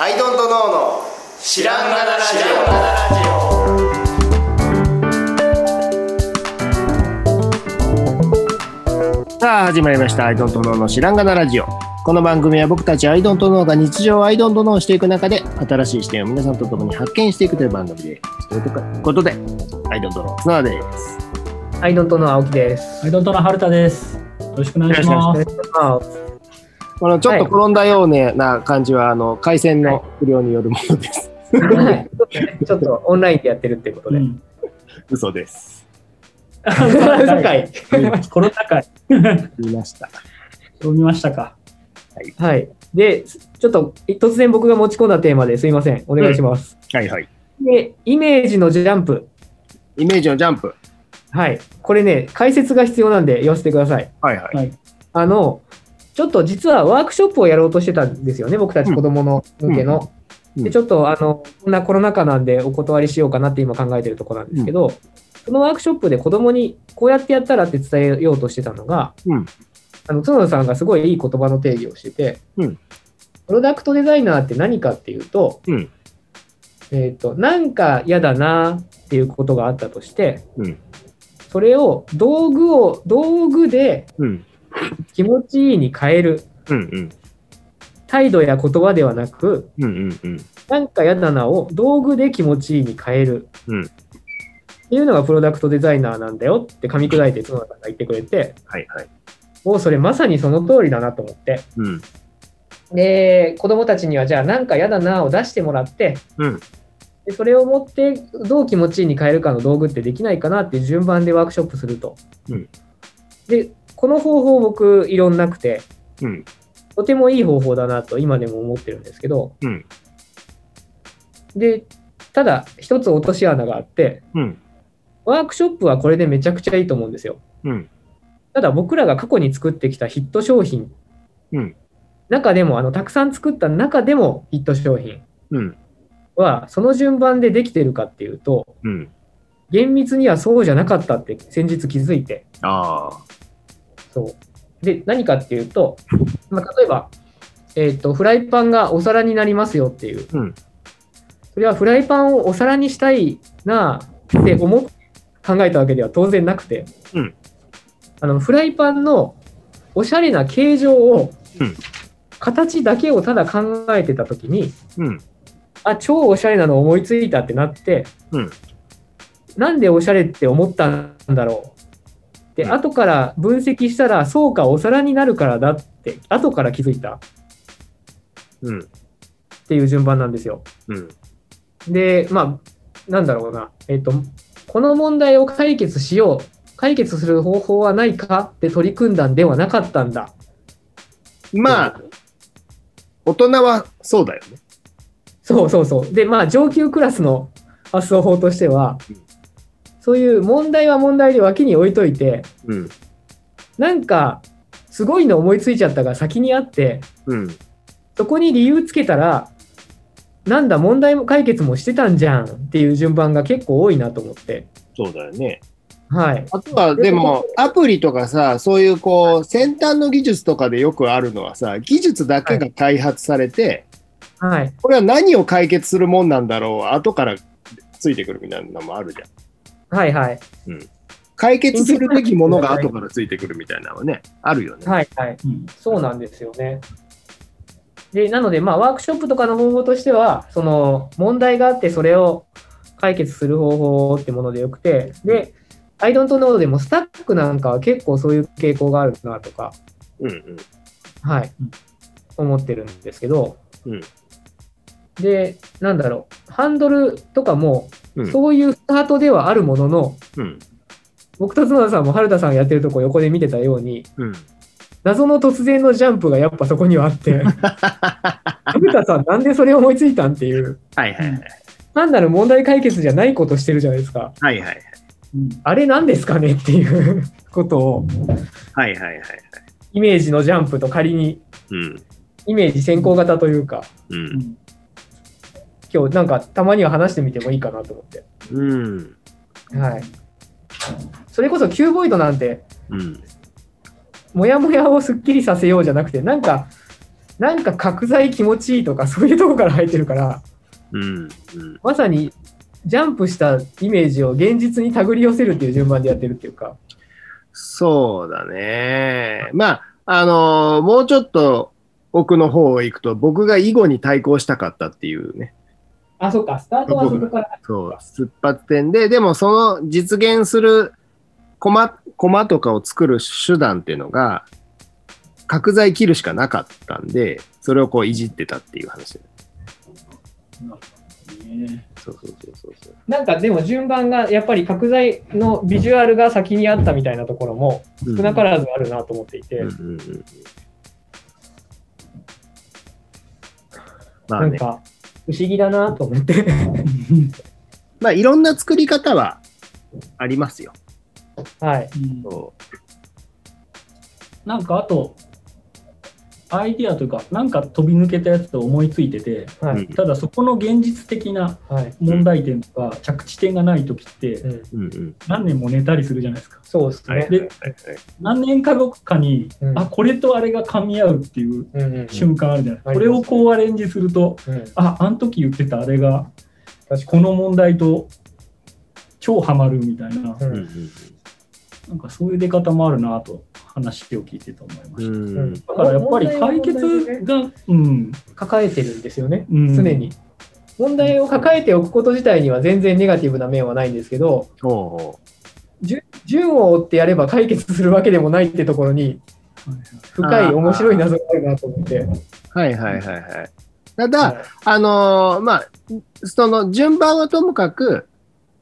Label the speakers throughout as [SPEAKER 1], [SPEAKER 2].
[SPEAKER 1] アイドントノーの知らんがなラジ
[SPEAKER 2] さあ始まりました「アイドントノーの知らんがなラジオ」この番組は僕たちアイドントノーが日常をアイドントノーしていく中で新しい視点を皆さんと共に発見していくという番組ですということでアイドントノー綱田です
[SPEAKER 3] アイドントの青木です。
[SPEAKER 4] アイドントの春田です。よろしくお願いします。
[SPEAKER 3] あ
[SPEAKER 2] このちょっと転んだような感じは、あの回線の不良によるものです、
[SPEAKER 3] ちょっとオンラインでやってるってこと
[SPEAKER 4] う
[SPEAKER 3] で。
[SPEAKER 4] ん、
[SPEAKER 2] 嘘です
[SPEAKER 3] 嘘かい。
[SPEAKER 4] コロナ禍、
[SPEAKER 2] 言いました
[SPEAKER 4] 読みましたか。
[SPEAKER 3] はい。で、ちょっと突然僕が持ち込んだテーマですいません。お願いします。
[SPEAKER 2] はいはい
[SPEAKER 3] で、イメージのジャンプ。
[SPEAKER 2] イメージのジャンプ
[SPEAKER 3] はい。これね、解説が必要なんで言わせてください。
[SPEAKER 2] はいはい
[SPEAKER 4] はい。
[SPEAKER 3] あの、ちょっと実はワークショップをやろうとしてたんですよね、僕たち子供の向け
[SPEAKER 2] う
[SPEAKER 3] の。
[SPEAKER 2] んうん
[SPEAKER 3] で、ちょっとあの、こんなコロナ禍なんでお断りしようかなって今考えてるところなんですけど、そのワークショップで子供にこうやってやったらって伝えようとしてたのが、
[SPEAKER 2] うん
[SPEAKER 3] あの角田さんがすごいいい言葉の定義をしてて、
[SPEAKER 2] うん
[SPEAKER 3] プロダクトデザイナーって何かっていうと、
[SPEAKER 2] うん
[SPEAKER 3] えっ、と、なんか嫌だなっていうことがあったとして、
[SPEAKER 2] うん
[SPEAKER 3] それを道具を、道具で
[SPEAKER 2] うん
[SPEAKER 3] 気持ちいいに変える
[SPEAKER 2] うんうん
[SPEAKER 3] 態度や言葉ではなく
[SPEAKER 2] うんうんうん
[SPEAKER 3] なんか嫌だなを道具で気持ちいいに変える、
[SPEAKER 2] うん
[SPEAKER 3] っていうのがプロダクトデザイナーなんだよって噛み砕いて角田さんが言ってくれて
[SPEAKER 2] はいはい
[SPEAKER 3] もうそれまさにその通りだなと思って
[SPEAKER 2] うん
[SPEAKER 3] で子供たちにはじゃあなんか嫌だなを出してもらって
[SPEAKER 2] うん
[SPEAKER 3] でそれを持ってどう気持ちいいに変えるかの道具ってできないかなっていう順番でワークショップすると、
[SPEAKER 2] うん
[SPEAKER 3] でこの方法僕いろんなくて
[SPEAKER 2] うん
[SPEAKER 3] とてもいい方法だなと今でも思ってるんですけど、
[SPEAKER 2] うん
[SPEAKER 3] でただ一つ落とし穴があって
[SPEAKER 2] うん
[SPEAKER 3] ワークショップはこれでめちゃくちゃいいと思うんですよ
[SPEAKER 2] うん
[SPEAKER 3] ただ僕らが過去に作ってきたヒット商品、
[SPEAKER 2] うん
[SPEAKER 3] 中でもあのたくさん作った中でもヒット商品
[SPEAKER 2] うん
[SPEAKER 3] はその順番でできてるかっていうと
[SPEAKER 2] うん
[SPEAKER 3] 厳密にはそうじゃなかったって先日気づいて
[SPEAKER 2] ああ
[SPEAKER 3] そう。で、何かっていうと、まあ、例えば、えっ、と、フライパンがお皿になりますよっていう。
[SPEAKER 2] うん
[SPEAKER 3] それはフライパンをお皿にしたいなあって思っ考えたわけでは当然なくて、
[SPEAKER 2] うん
[SPEAKER 3] あの、フライパンのおしゃれな形状を、
[SPEAKER 2] うん
[SPEAKER 3] 形だけをただ考えてたときに、
[SPEAKER 2] うん
[SPEAKER 3] あ、超おしゃれなの思いついたってなって、
[SPEAKER 2] うん
[SPEAKER 3] なんでおしゃれって思ったんだろう。で、
[SPEAKER 2] うん
[SPEAKER 3] 後から分析したら、そうか、お皿になるからだって、後から気づいたっ
[SPEAKER 2] うん
[SPEAKER 3] ていう順番なんですよ。
[SPEAKER 2] うん
[SPEAKER 3] で、まあ、なんだろうな、えっ、と、この問題を解決しよう、解決する方法はないかって取り組んだんではなかったんだ。
[SPEAKER 2] まあ大人はそうだよね
[SPEAKER 3] そうそうそう。で、まあ、上級クラスの発想法としては
[SPEAKER 2] うん、
[SPEAKER 3] そういう問題は問題で脇に置いといて、
[SPEAKER 2] うん
[SPEAKER 3] なんか、すごいの思いついちゃったが先にあって、
[SPEAKER 2] うん
[SPEAKER 3] そこに理由つけたら、なんだ、問題も解決もしてたんじゃんっていう順番が結構多いなと思って。
[SPEAKER 2] そうだよね。
[SPEAKER 3] はい。
[SPEAKER 2] あとはでもアプリとかさそういうこう先端の技術とかでよくあるのはさ技術だけが開発されて
[SPEAKER 3] はい。
[SPEAKER 2] これは何を解決するもんなんだろう後からついてくるみたいなのもあるじゃん。
[SPEAKER 3] はいはい。
[SPEAKER 2] 解決するべきものが後からついてくるみたいなのはねあるよね。
[SPEAKER 3] はいはい。
[SPEAKER 4] うん
[SPEAKER 3] そうなんですよね。で、なので、まあ、ワークショップとかの方法としては、その、問題があって、それを解決する方法ってものでよくて、で、アイドントノードでも、スタックなんかは結構そういう傾向があるなとか、
[SPEAKER 2] うんうん
[SPEAKER 3] はい、
[SPEAKER 4] うん
[SPEAKER 3] 思ってるんですけど、
[SPEAKER 2] うん
[SPEAKER 3] で、なんだろう、ハンドルとかも、
[SPEAKER 2] うん
[SPEAKER 3] そういうスタートではあるものの、
[SPEAKER 2] うん
[SPEAKER 3] 僕と角田さんも春田さんがやってるとこ横で見てたように、
[SPEAKER 2] うん。
[SPEAKER 3] 謎の突然のジャンプがやっぱそこには あって、春田さん、なんでそれ思いついたんっていう、
[SPEAKER 2] はいはいはい
[SPEAKER 3] 単なる問題解決じゃないことしてるじゃないですか、
[SPEAKER 2] はいはい
[SPEAKER 4] うん
[SPEAKER 3] あれなんですかねっていうことを、
[SPEAKER 2] はいはいはいはい。
[SPEAKER 3] イメージのジャンプと仮に、
[SPEAKER 2] うん
[SPEAKER 3] イメージ先行型というか、
[SPEAKER 2] う
[SPEAKER 4] うんん
[SPEAKER 3] 今日なんかたまには話してみてもいいかなと思って。
[SPEAKER 2] うん
[SPEAKER 3] はい。それこそキューボイドなんて、
[SPEAKER 2] うん
[SPEAKER 3] モヤモヤをすっきりさせようじゃなくて、なんか、なんか角材気持ちいいとか、そういうとこから入ってるから、
[SPEAKER 2] うん。うん。
[SPEAKER 3] まさにジャンプしたイメージを現実に手繰り寄せるっていう順番でやってるっていうか、
[SPEAKER 2] そうだね。まあ、あのーもうちょっと奥の方へ行くと、僕が囲碁に対抗したかったっていうね。
[SPEAKER 3] あ、そっか、スタートはそこから。
[SPEAKER 2] そう、出発点で、でもその実現する駒、駒とかを作る手段っていうのが、角材切るしかなかったんで、それをこういじってたっていう話。
[SPEAKER 4] ね
[SPEAKER 2] そうそうそうそうそう。
[SPEAKER 3] なんかでも順番が、やっぱり角材のビジュアルが先にあったみたいなところも
[SPEAKER 2] うん
[SPEAKER 3] 少なからずあるなと思っていて、
[SPEAKER 2] うんうんうんま
[SPEAKER 3] な
[SPEAKER 2] あ
[SPEAKER 3] ん
[SPEAKER 2] ね、
[SPEAKER 3] か不思議だなと思って。
[SPEAKER 2] まあいろんな作り方はありますよ。
[SPEAKER 3] はい。
[SPEAKER 4] うん
[SPEAKER 2] そ
[SPEAKER 4] なんかあと、アイディアというか、なんか飛び抜けたやつと思いついてて、
[SPEAKER 2] う
[SPEAKER 3] はい。
[SPEAKER 4] ただそこの現実的な
[SPEAKER 3] はい。
[SPEAKER 4] 問題点とか着地点がないときって
[SPEAKER 3] うん、
[SPEAKER 2] うんうん
[SPEAKER 4] 何年も寝たりするじゃないですか。
[SPEAKER 3] そうです
[SPEAKER 2] はい
[SPEAKER 3] ね
[SPEAKER 2] は。い
[SPEAKER 4] で
[SPEAKER 2] はい
[SPEAKER 4] 何年か後かに、
[SPEAKER 3] うん
[SPEAKER 4] あ、これとあれが噛み合うっていう
[SPEAKER 3] うんうんうん
[SPEAKER 4] 瞬間あるじゃないですか。
[SPEAKER 3] うん
[SPEAKER 4] これをこうアレンジすると、
[SPEAKER 3] うん
[SPEAKER 4] あ、あの時言ってたあれが
[SPEAKER 3] 確か
[SPEAKER 4] この問題と超ハマるみたいな、
[SPEAKER 3] に。
[SPEAKER 2] う
[SPEAKER 3] うんん
[SPEAKER 4] なんかそういう出方もあるなと話を聞いてて思いま
[SPEAKER 2] う
[SPEAKER 4] した。
[SPEAKER 2] んう
[SPEAKER 3] うんん
[SPEAKER 4] だからやっぱり解
[SPEAKER 3] 問題
[SPEAKER 4] 決
[SPEAKER 3] を
[SPEAKER 4] が、うん、
[SPEAKER 3] 抱えてるんですよね、
[SPEAKER 4] うん
[SPEAKER 3] 常に。問題を抱えておくこと自体には全然ネガティブな面はないんですけど、
[SPEAKER 2] ほうほ
[SPEAKER 3] 順順を追ってやれば解決するわけでもないってところに、深
[SPEAKER 2] あ
[SPEAKER 3] い
[SPEAKER 2] ー
[SPEAKER 3] 面白い謎があるなと思って。
[SPEAKER 2] うはいはいはいはい。ただ、あのーまあ、その順番はともかく、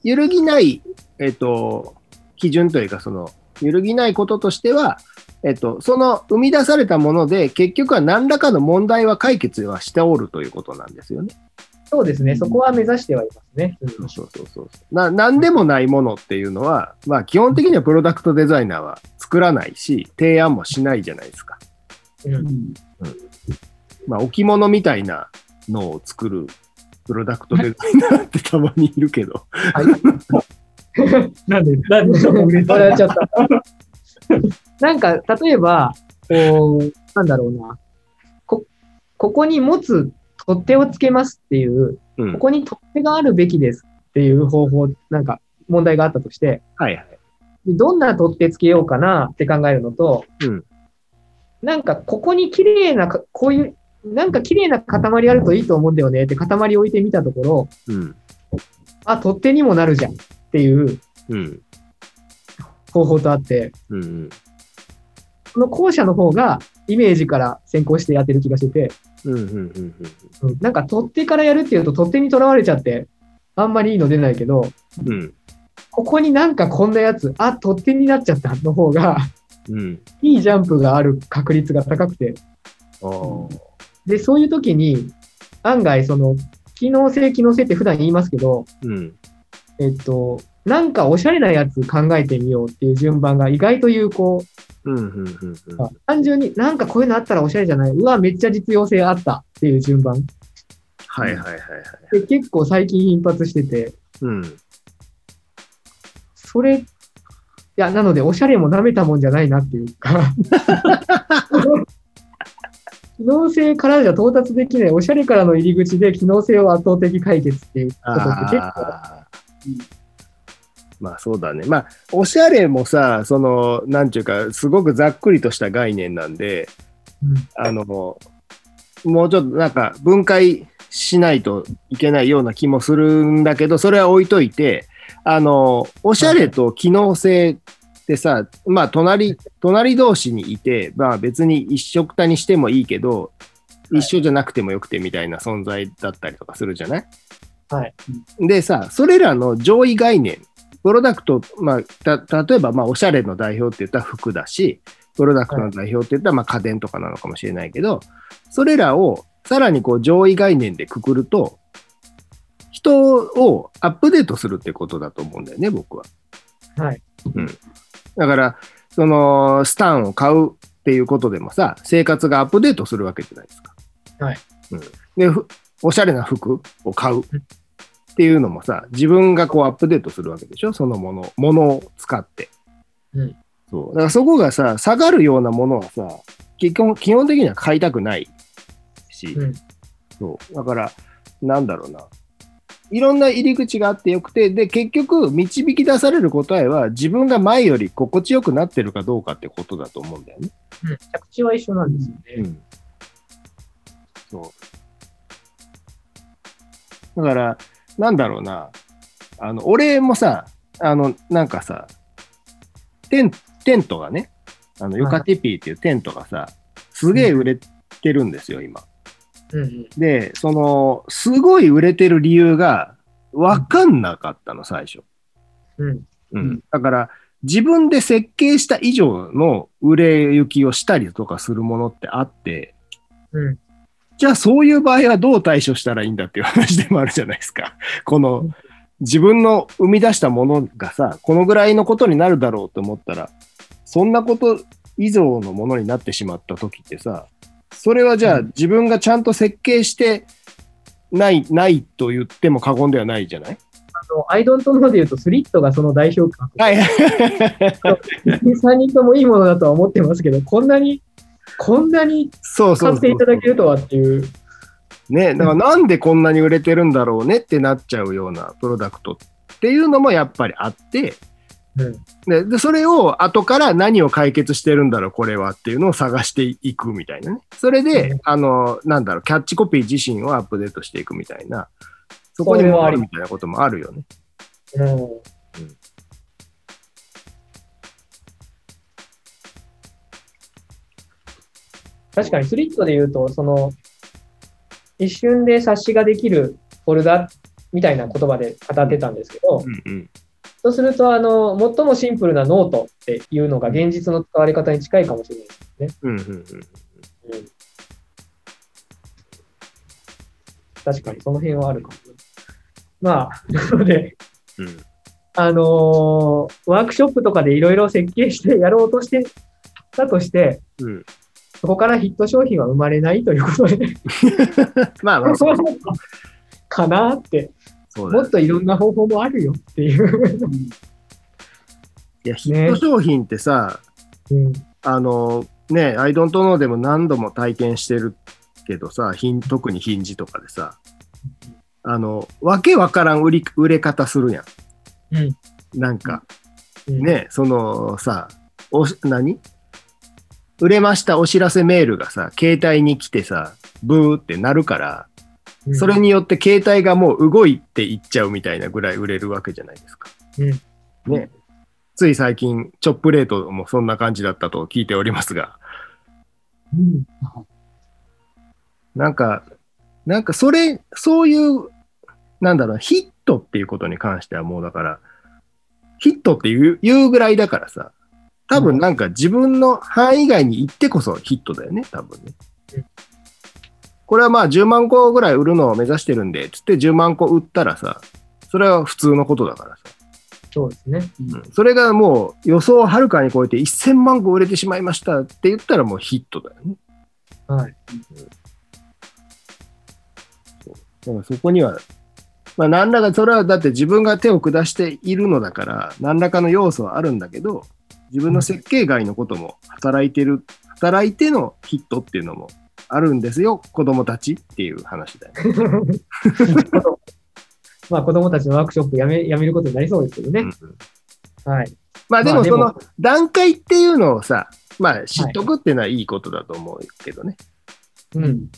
[SPEAKER 2] 揺るぎない、えっと、基準というか、その、揺るぎないこととしては、えっと、その生み出されたもので、結局は何らかの問題は解決はしておるということなんですよね。
[SPEAKER 3] そうですね、そこは目指してはいますね。うん
[SPEAKER 2] そうそうそうそう。な、何でもないものっていうのは、まあ、基本的にはプロダクトデザイナーは作らないし、提案もしないじゃないですか。
[SPEAKER 3] うん
[SPEAKER 4] うん
[SPEAKER 2] まあ、置物みたいなのを作るプロダクトデザイナーってたまにいるけど。
[SPEAKER 4] なんで、なんでちょっと売れた
[SPEAKER 3] 笑っちゃった。なんか、例えば、こう、なんだろうな。こ、ここに持つ取っ手をつけますっていう、
[SPEAKER 2] うん
[SPEAKER 3] ここに取っ手があるべきですっていう方法、なんか問題があったとして、
[SPEAKER 2] はいはい。
[SPEAKER 3] でどんな取っ手つけようかなって考えるのと、
[SPEAKER 2] うん
[SPEAKER 3] なんかここに綺麗なか、こういう、なんか綺麗な塊あるといいと思うんだよねって塊置いてみたところ、
[SPEAKER 2] うん。
[SPEAKER 3] あ、取っ手にもなるじゃんっていう
[SPEAKER 2] うん。
[SPEAKER 3] 方法とあって、
[SPEAKER 2] うん。
[SPEAKER 3] その後者の方がイメージから先行してやってる気がしてて、
[SPEAKER 2] うん。うん。うん。
[SPEAKER 3] うんなんか取っ手からやるっていうと取っ手にとらわれちゃって、あんまりいいの出ないけど、
[SPEAKER 2] うん。
[SPEAKER 3] ここになんかこんなやつ、あ、取っ手になっちゃったの方が、
[SPEAKER 2] うん。
[SPEAKER 3] いいジャンプがある確率が高くて、
[SPEAKER 2] あー
[SPEAKER 3] で、そういう時に、案外、その、機能性、機能性って普段言いますけど、
[SPEAKER 2] うん。
[SPEAKER 3] えっと、なんかおしゃれなやつ考えてみようっていう順番が意外と有効。
[SPEAKER 2] うん。うん。うん。うん。
[SPEAKER 3] 単純になんかこういうのあったらおしゃれじゃない。うわ、めっちゃ実用性あったっていう順番。
[SPEAKER 2] はいはいはいはい。
[SPEAKER 3] で、結構最近頻発してて、
[SPEAKER 2] うん。
[SPEAKER 3] それ、いや、なので、おしゃれも舐めたもんじゃないなっていう か。機能性からじゃ到達できない、おしゃれからの入り口で機能性を圧倒的解決っていうことって結構
[SPEAKER 2] あーまあそうだね。まあ、おしゃれもさ、その、なんていうか、すごくざっくりとした概念なんで、
[SPEAKER 3] うん
[SPEAKER 2] あの、もうちょっとなんか分解しないといけないような気もするんだけど、それは置いといて、あの、おしゃれと機能性ってさ、まあ隣、隣同士にいて、まあ別に一緒くたにしてもいいけど、一緒じゃなくてもよくてみたいな存在だったりとかするじゃない
[SPEAKER 3] はい。
[SPEAKER 2] でさ、それらの上位概念、プロダクト、まあ、た例えば、まあ、おしゃれの代表って言ったら服だし、プロダクトの代表って言ったら、まあ、家電とかなのかもしれないけど、それらをさらにこう上位概念でくくると、人をアップデートするってことだと思うんだよね、僕は。
[SPEAKER 3] はい。
[SPEAKER 2] だから、その、スタンを買うっていうことでもさ、生活がアップデートするわけじゃないですか。
[SPEAKER 3] はい。
[SPEAKER 2] うん、で、ふおしゃれな服を買うっていうのもさ、自分がこうアップデートするわけでしょそのもの、ものを使って。
[SPEAKER 3] うん。
[SPEAKER 2] そう。だからそこがさ、下がるようなものはさ、基本基本的には買いたくないし、
[SPEAKER 3] うん
[SPEAKER 2] そう。だから、なんだろうな。いろんな入り口があってよくて、で、結局、導き出される答えは、自分が前より心地よくなってるかどうかってことだと思うんだよね。
[SPEAKER 3] うん着地は一緒なんですよね。
[SPEAKER 2] うん。そう。だから、なんだろうな。あの、俺もさ、あの、なんかさ、テンテントがね、あの、ヨカテピーっていうテントがさ、すげえ売れてるんですよ、今。
[SPEAKER 3] うんうん
[SPEAKER 2] で、その、すごい売れてる理由が、わかんなかったの、最初。
[SPEAKER 3] うん
[SPEAKER 2] うん。だから、自分で設計した以上の売れ行きをしたりとかするものってあって、
[SPEAKER 3] うん
[SPEAKER 2] じゃあそういう場合はどう対処したらいいんだっていう話でもあるじゃないですか。 この、自分の生み出したものがさ、このぐらいのことになるだろうと思ったら、そんなこと以上のものになってしまった時ってさ、それはじゃあ自分がちゃんと設計してない、ないと言っても過言ではないじゃない
[SPEAKER 3] あのアイドントノーで言うと、スリットがその代表 格。
[SPEAKER 2] はい。
[SPEAKER 3] 3人ともいいものだとは思ってますけど、こんなに、こんなに
[SPEAKER 2] そうそうそう
[SPEAKER 3] 買っていただけるとはっていう。
[SPEAKER 2] ね、だからなんでこんなに売れてるんだろうねってなっちゃうようなプロダクトっていうのもやっぱりあって、
[SPEAKER 3] うん
[SPEAKER 2] ででそれを後から何を解決してるんだろうこれはっていうのを探していくみたいなねそれで、
[SPEAKER 3] う
[SPEAKER 2] あのなんだろうキャッチコピー自身をアップデートしていくみたいなそこに
[SPEAKER 3] それ
[SPEAKER 2] も
[SPEAKER 3] はあ
[SPEAKER 2] あ
[SPEAKER 3] り
[SPEAKER 2] るみたいなこともあるよね
[SPEAKER 3] うん確かに、スリットで言うと、その、一瞬で冊子ができるフォルダみたいな言葉で語ってたんですけど、
[SPEAKER 2] うんうん
[SPEAKER 3] そうすると、あの、最もシンプルなノートっていうのが現実の使われ方に近いかもしれないですね。
[SPEAKER 2] うんうんうん
[SPEAKER 3] うん確かに、その辺はあるかも。まあ、なので、
[SPEAKER 2] うん
[SPEAKER 3] あのーワークショップとかでいろいろ設計してやろうとしてだとして、
[SPEAKER 2] うん、
[SPEAKER 3] そこからヒット商品は生まれないということで、
[SPEAKER 2] まあまあそう
[SPEAKER 3] かなって、
[SPEAKER 2] そうだ
[SPEAKER 3] も
[SPEAKER 2] よ
[SPEAKER 3] っといろんな方法もあるよっ ていう。
[SPEAKER 2] いやヒット商品ってさ、
[SPEAKER 3] うん、
[SPEAKER 2] あのね、アイドントノーでも何度も体験してるけどさ、ひん特にヒンジとかでさ、あの、わけわからん売り売れ方するやん。
[SPEAKER 3] うん
[SPEAKER 2] なんか、
[SPEAKER 3] うん、
[SPEAKER 2] ね、そのさ、おし何売れましたお知らせメールがさ、携帯に来てさ、ブーってなるから、
[SPEAKER 3] うん
[SPEAKER 2] それによって携帯がもう動いていっちゃうみたいなぐらい売れるわけじゃないですか。
[SPEAKER 3] うん
[SPEAKER 2] ね。つい最近、チョップレートもそんな感じだったと聞いておりますが。
[SPEAKER 3] うん
[SPEAKER 2] なんか、なんかそれ、そういう、なんだろう、ヒットっていうことに関してはもうだから、ヒットっていう言うぐらいだからさ、多分なんか自分の範囲外に行ってこそヒットだよね、多分ね
[SPEAKER 3] うん。
[SPEAKER 2] これはまあ10万個ぐらい売るのを目指してるんで、つって10万個売ったらさ、それは普通のことだからさ。
[SPEAKER 3] そうですね。
[SPEAKER 2] うんそれがもう予想をはるかに超えて1000万個売れてしまいましたって言ったらもうヒットだよね。
[SPEAKER 3] はい。
[SPEAKER 2] だからそこには、まあ、何らか、それはだって自分が手を下しているのだから、何らかの要素はあるんだけど、自分の設計外のことも働いてる、働いてのヒットっていうのもあるんですよ、子供たちっていう話だよね。
[SPEAKER 3] まあ、子供たちのワークショップやめやめることになりそうですけどね。
[SPEAKER 2] うん
[SPEAKER 3] はい。
[SPEAKER 2] まあでもそ
[SPEAKER 3] まあ
[SPEAKER 2] の段階っていうのをさ、まあ知っとくっていうのはいいことだと思うけどね。
[SPEAKER 3] うん。
[SPEAKER 2] うん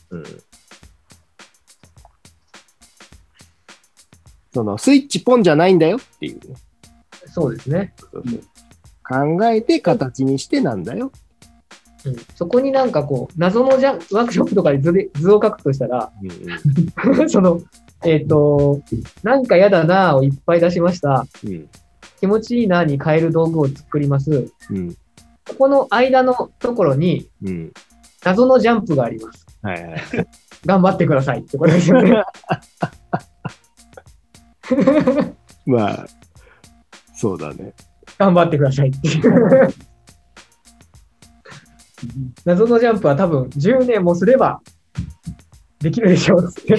[SPEAKER 2] そのスイッチポンじゃないんだよっていうね。
[SPEAKER 3] そうですね。
[SPEAKER 2] 考えて形にしてなんだよ。
[SPEAKER 3] うん、そこになんかこう、謎のジャンワークショップとかで図で図を描くとしたら、 その、えっ、と、なんかやだなぁをいっぱい出しました。
[SPEAKER 2] うん
[SPEAKER 3] 気持ちいいなぁに変える道具を作ります。
[SPEAKER 2] うん
[SPEAKER 3] ここの間のところに
[SPEAKER 2] うん
[SPEAKER 3] 謎のジャンプがあります。
[SPEAKER 2] はいはい。
[SPEAKER 3] 頑張ってくださいってことですよ ね。
[SPEAKER 2] まあ、そうだね。
[SPEAKER 3] 頑張ってくださいっていう。謎のジャンプは多分10年もすればできるでしょうっつって。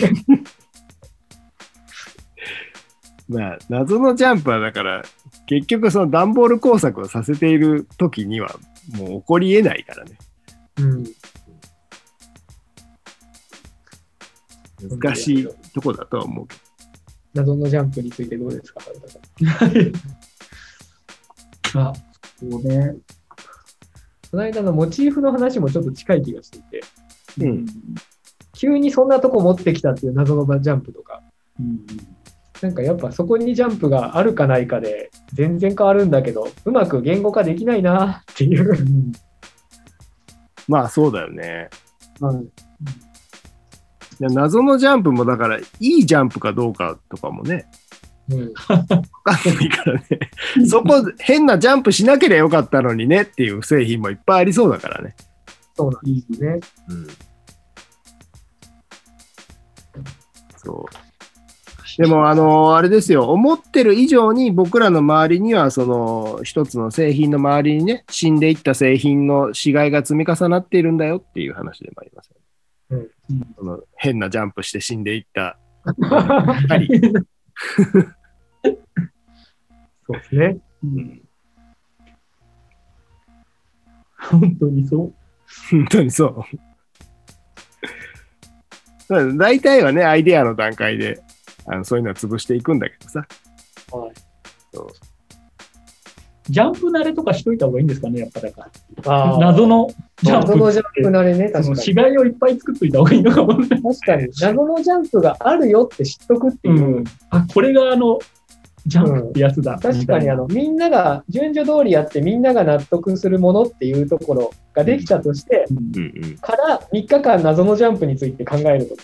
[SPEAKER 2] まあ、謎のジャンプはだから、結局その段ボール工作をさせている時には、もう起こり得ないからね。
[SPEAKER 3] うん
[SPEAKER 2] 難しいとこだとは思うけど。
[SPEAKER 3] 謎のジャンプについてどうですか、春田さん
[SPEAKER 4] あ、そうね。
[SPEAKER 3] この間のモチーフの話もちょっと近い気がしていて、
[SPEAKER 2] うん。
[SPEAKER 3] 急にそんなとこ持ってきたっていう謎のジャンプとか、
[SPEAKER 4] うん。
[SPEAKER 3] なんかやっぱそこにジャンプがあるかないかで全然変わるんだけど、うまく言語化できないなっていう。
[SPEAKER 4] うん
[SPEAKER 2] まあそうだよね。
[SPEAKER 3] はい
[SPEAKER 2] いや謎のジャンプもだから、いいジャンプかどうかとかもね、
[SPEAKER 3] うん、
[SPEAKER 2] わかんないからね。そこ、変なジャンプしなければよかったのにねっていう製品もいっぱいありそうだからね。
[SPEAKER 3] そうなんですね。
[SPEAKER 2] うん。そう。でも、あのあれですよ、思ってる以上に僕らの周りには、その、一つの製品の周りにね、死んでいった製品の死骸が積み重なっているんだよっていう話でもありますよね。
[SPEAKER 4] うん
[SPEAKER 2] その変なジャンプして死んでいった。
[SPEAKER 3] そうですね。
[SPEAKER 2] うん
[SPEAKER 4] 本当にそう。
[SPEAKER 2] 本当にそう。だから大体はね、アイデアの段階であのそういうのは潰していくんだけどさ。
[SPEAKER 3] はい
[SPEAKER 4] ジャンプ慣れとかしといた方がいいんですかね、やっぱだから。
[SPEAKER 3] あー
[SPEAKER 4] 謎のジャンプ。
[SPEAKER 3] 謎のジャンプなれね、
[SPEAKER 4] そ
[SPEAKER 3] 確
[SPEAKER 4] の
[SPEAKER 3] か
[SPEAKER 4] 死
[SPEAKER 3] に。
[SPEAKER 4] 骸をいっぱい作っといた方がいいのかもね。
[SPEAKER 3] 確かに、謎のジャンプがあるよって知っとくっていう。
[SPEAKER 4] うん、あこれがあのジャンプってやつだ、
[SPEAKER 3] 確かにあのみんなが順序通りやってみんなが納得するものっていうところができたとして
[SPEAKER 4] うん
[SPEAKER 2] うんうん。
[SPEAKER 3] から3日間謎のジャンプについて考えるとか、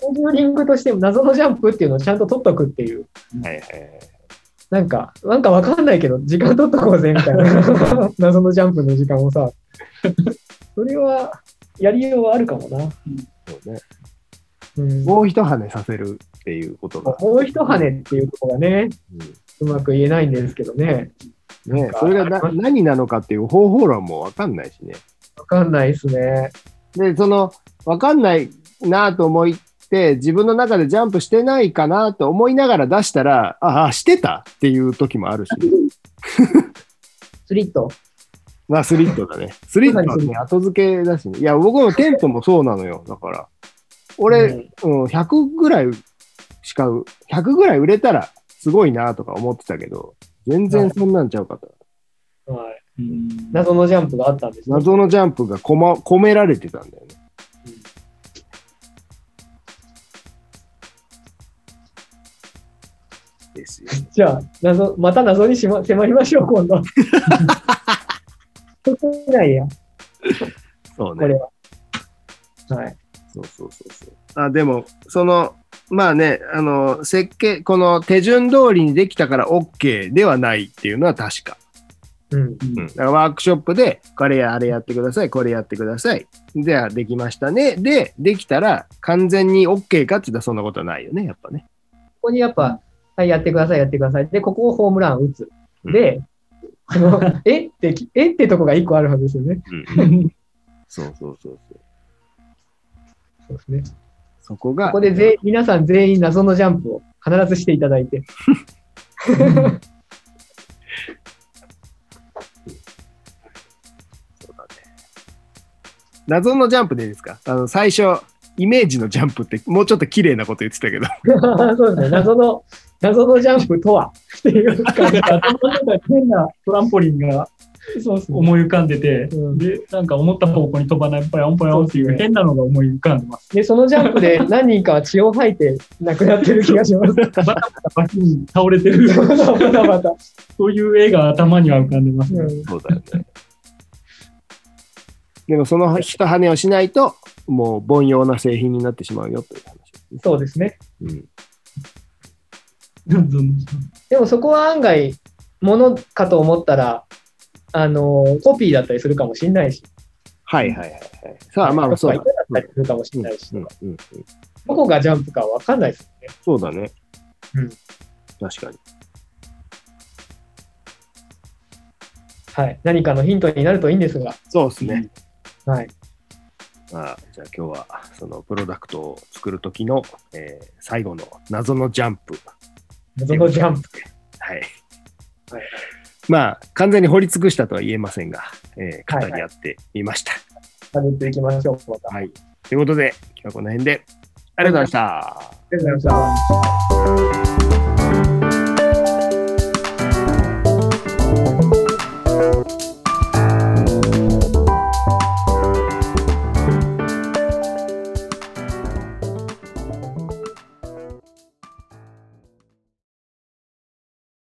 [SPEAKER 3] コンジューリングとして謎のジャンプっていうのをちゃんと取っとくっていう、
[SPEAKER 2] はいはいはい。
[SPEAKER 3] なんか、なんかわかんないけど、時間取っとこうぜみたい な、謎のジャンプの時間を さ、それはやりようはあるかもな。
[SPEAKER 2] そうね。
[SPEAKER 3] うん、も
[SPEAKER 2] もう一跳ねさせるっていうことが。
[SPEAKER 3] う一跳ねっていうところがね、うまく言えないんですけどね、
[SPEAKER 2] ね、それがな何なのかっていう方法論もわかんないしね。
[SPEAKER 3] わかんないですね。
[SPEAKER 2] で、その、わかんないなと思って、自分の中でジャンプしてないかなと思いながら出したら、ああ、してたっていう時もあるし、
[SPEAKER 3] スリット。
[SPEAKER 2] まあ、スリットだね。スリットはね、後付けだしね。いや、僕のテントもそうなのよ。だから、俺、うん、100ぐらいしか、100ぐらい売れたらすごいなとか思ってたけど、全然そんなんちゃうかった。
[SPEAKER 3] うんはい
[SPEAKER 4] うん
[SPEAKER 3] 謎のジャンプがあったんですね。
[SPEAKER 2] 謎のジャンプがこ、ま、込められてたんだよね。ですよ。
[SPEAKER 3] じゃあ、謎、また謎にし、ま、迫りましょう、今 度。そこないや、
[SPEAKER 2] そう
[SPEAKER 3] こ
[SPEAKER 2] ね
[SPEAKER 3] れ。は。はい。
[SPEAKER 2] そうそうそうそう。あでも、その、まあね、あの、設計、この手順通りにできたから OK ではないっていうのは確か。
[SPEAKER 3] うん。
[SPEAKER 2] うん、だからワークショップで、これやあれやってください、これやってください。じゃあできましたね。で、できたら完全に OK かって言ったらそんなことはないよね、やっぱね。
[SPEAKER 3] ここにやっぱ、はい、やってください、やってください。で、ここをホームラン打つ。
[SPEAKER 2] うん
[SPEAKER 3] で、その えって、えってとこが一個あるはずですよね。
[SPEAKER 2] そうそうそうそう。
[SPEAKER 3] そうですね。
[SPEAKER 2] そこが
[SPEAKER 3] ここで全員、皆さん全員謎のジャンプを必ずしていただいて。
[SPEAKER 2] そうだね。謎のジャンプでいいですかあの、最初、イメージのジャンプって、もうちょっと綺麗なこと言ってたけど、
[SPEAKER 3] そうですね。謎の、謎のジャンプとはっていう感じ。
[SPEAKER 4] 頭の中に変なトランポリンが
[SPEAKER 3] そうですね。
[SPEAKER 4] 思い浮かんでて、
[SPEAKER 3] うん
[SPEAKER 4] でなんか思った方向に飛ばないぽやんぽやんってい
[SPEAKER 3] そうですね
[SPEAKER 4] う変なのが思い浮かんでます。
[SPEAKER 3] で、そのジャンプで何人かは血を吐いて亡くなってる気がし ます。
[SPEAKER 4] バタバタバキに倒れ てる
[SPEAKER 3] またまた。
[SPEAKER 4] そういう絵が頭には浮かん でます、
[SPEAKER 3] うん
[SPEAKER 2] そうだよね。でもその一跳ねをしないと、もう凡庸な製品になってしまうよという話ですね。
[SPEAKER 3] そうですね。
[SPEAKER 2] うん、
[SPEAKER 3] でもそこは案外、ものかと思ったら、あのコピーだったりするかもしれないし、
[SPEAKER 2] はいはいはいはい。さあまあ
[SPEAKER 3] コ
[SPEAKER 2] そ
[SPEAKER 3] ピ
[SPEAKER 2] う
[SPEAKER 3] ー
[SPEAKER 2] だ
[SPEAKER 3] だ。ったりするかもしれないし、
[SPEAKER 2] うんうんうん、
[SPEAKER 3] どこがジャンプかわかんないですよね。
[SPEAKER 2] そうだね。
[SPEAKER 3] うん
[SPEAKER 2] 確かに。
[SPEAKER 3] はい。何かのヒントになるといいんですが、
[SPEAKER 2] そうですね。
[SPEAKER 3] はい。
[SPEAKER 2] まあ、じゃあ今日はそのプロダクトを作る時の、えー最後の謎のジャンプ。
[SPEAKER 3] 謎のジャンプ。
[SPEAKER 2] はい。
[SPEAKER 3] はい
[SPEAKER 2] まあ完全に掘り尽くしたとは言えませんが、えー語り合ってみました。
[SPEAKER 3] 食べていきましょう、また。
[SPEAKER 2] はいということで今日はこの辺で
[SPEAKER 5] ありがとうございました。
[SPEAKER 2] りがとうございました。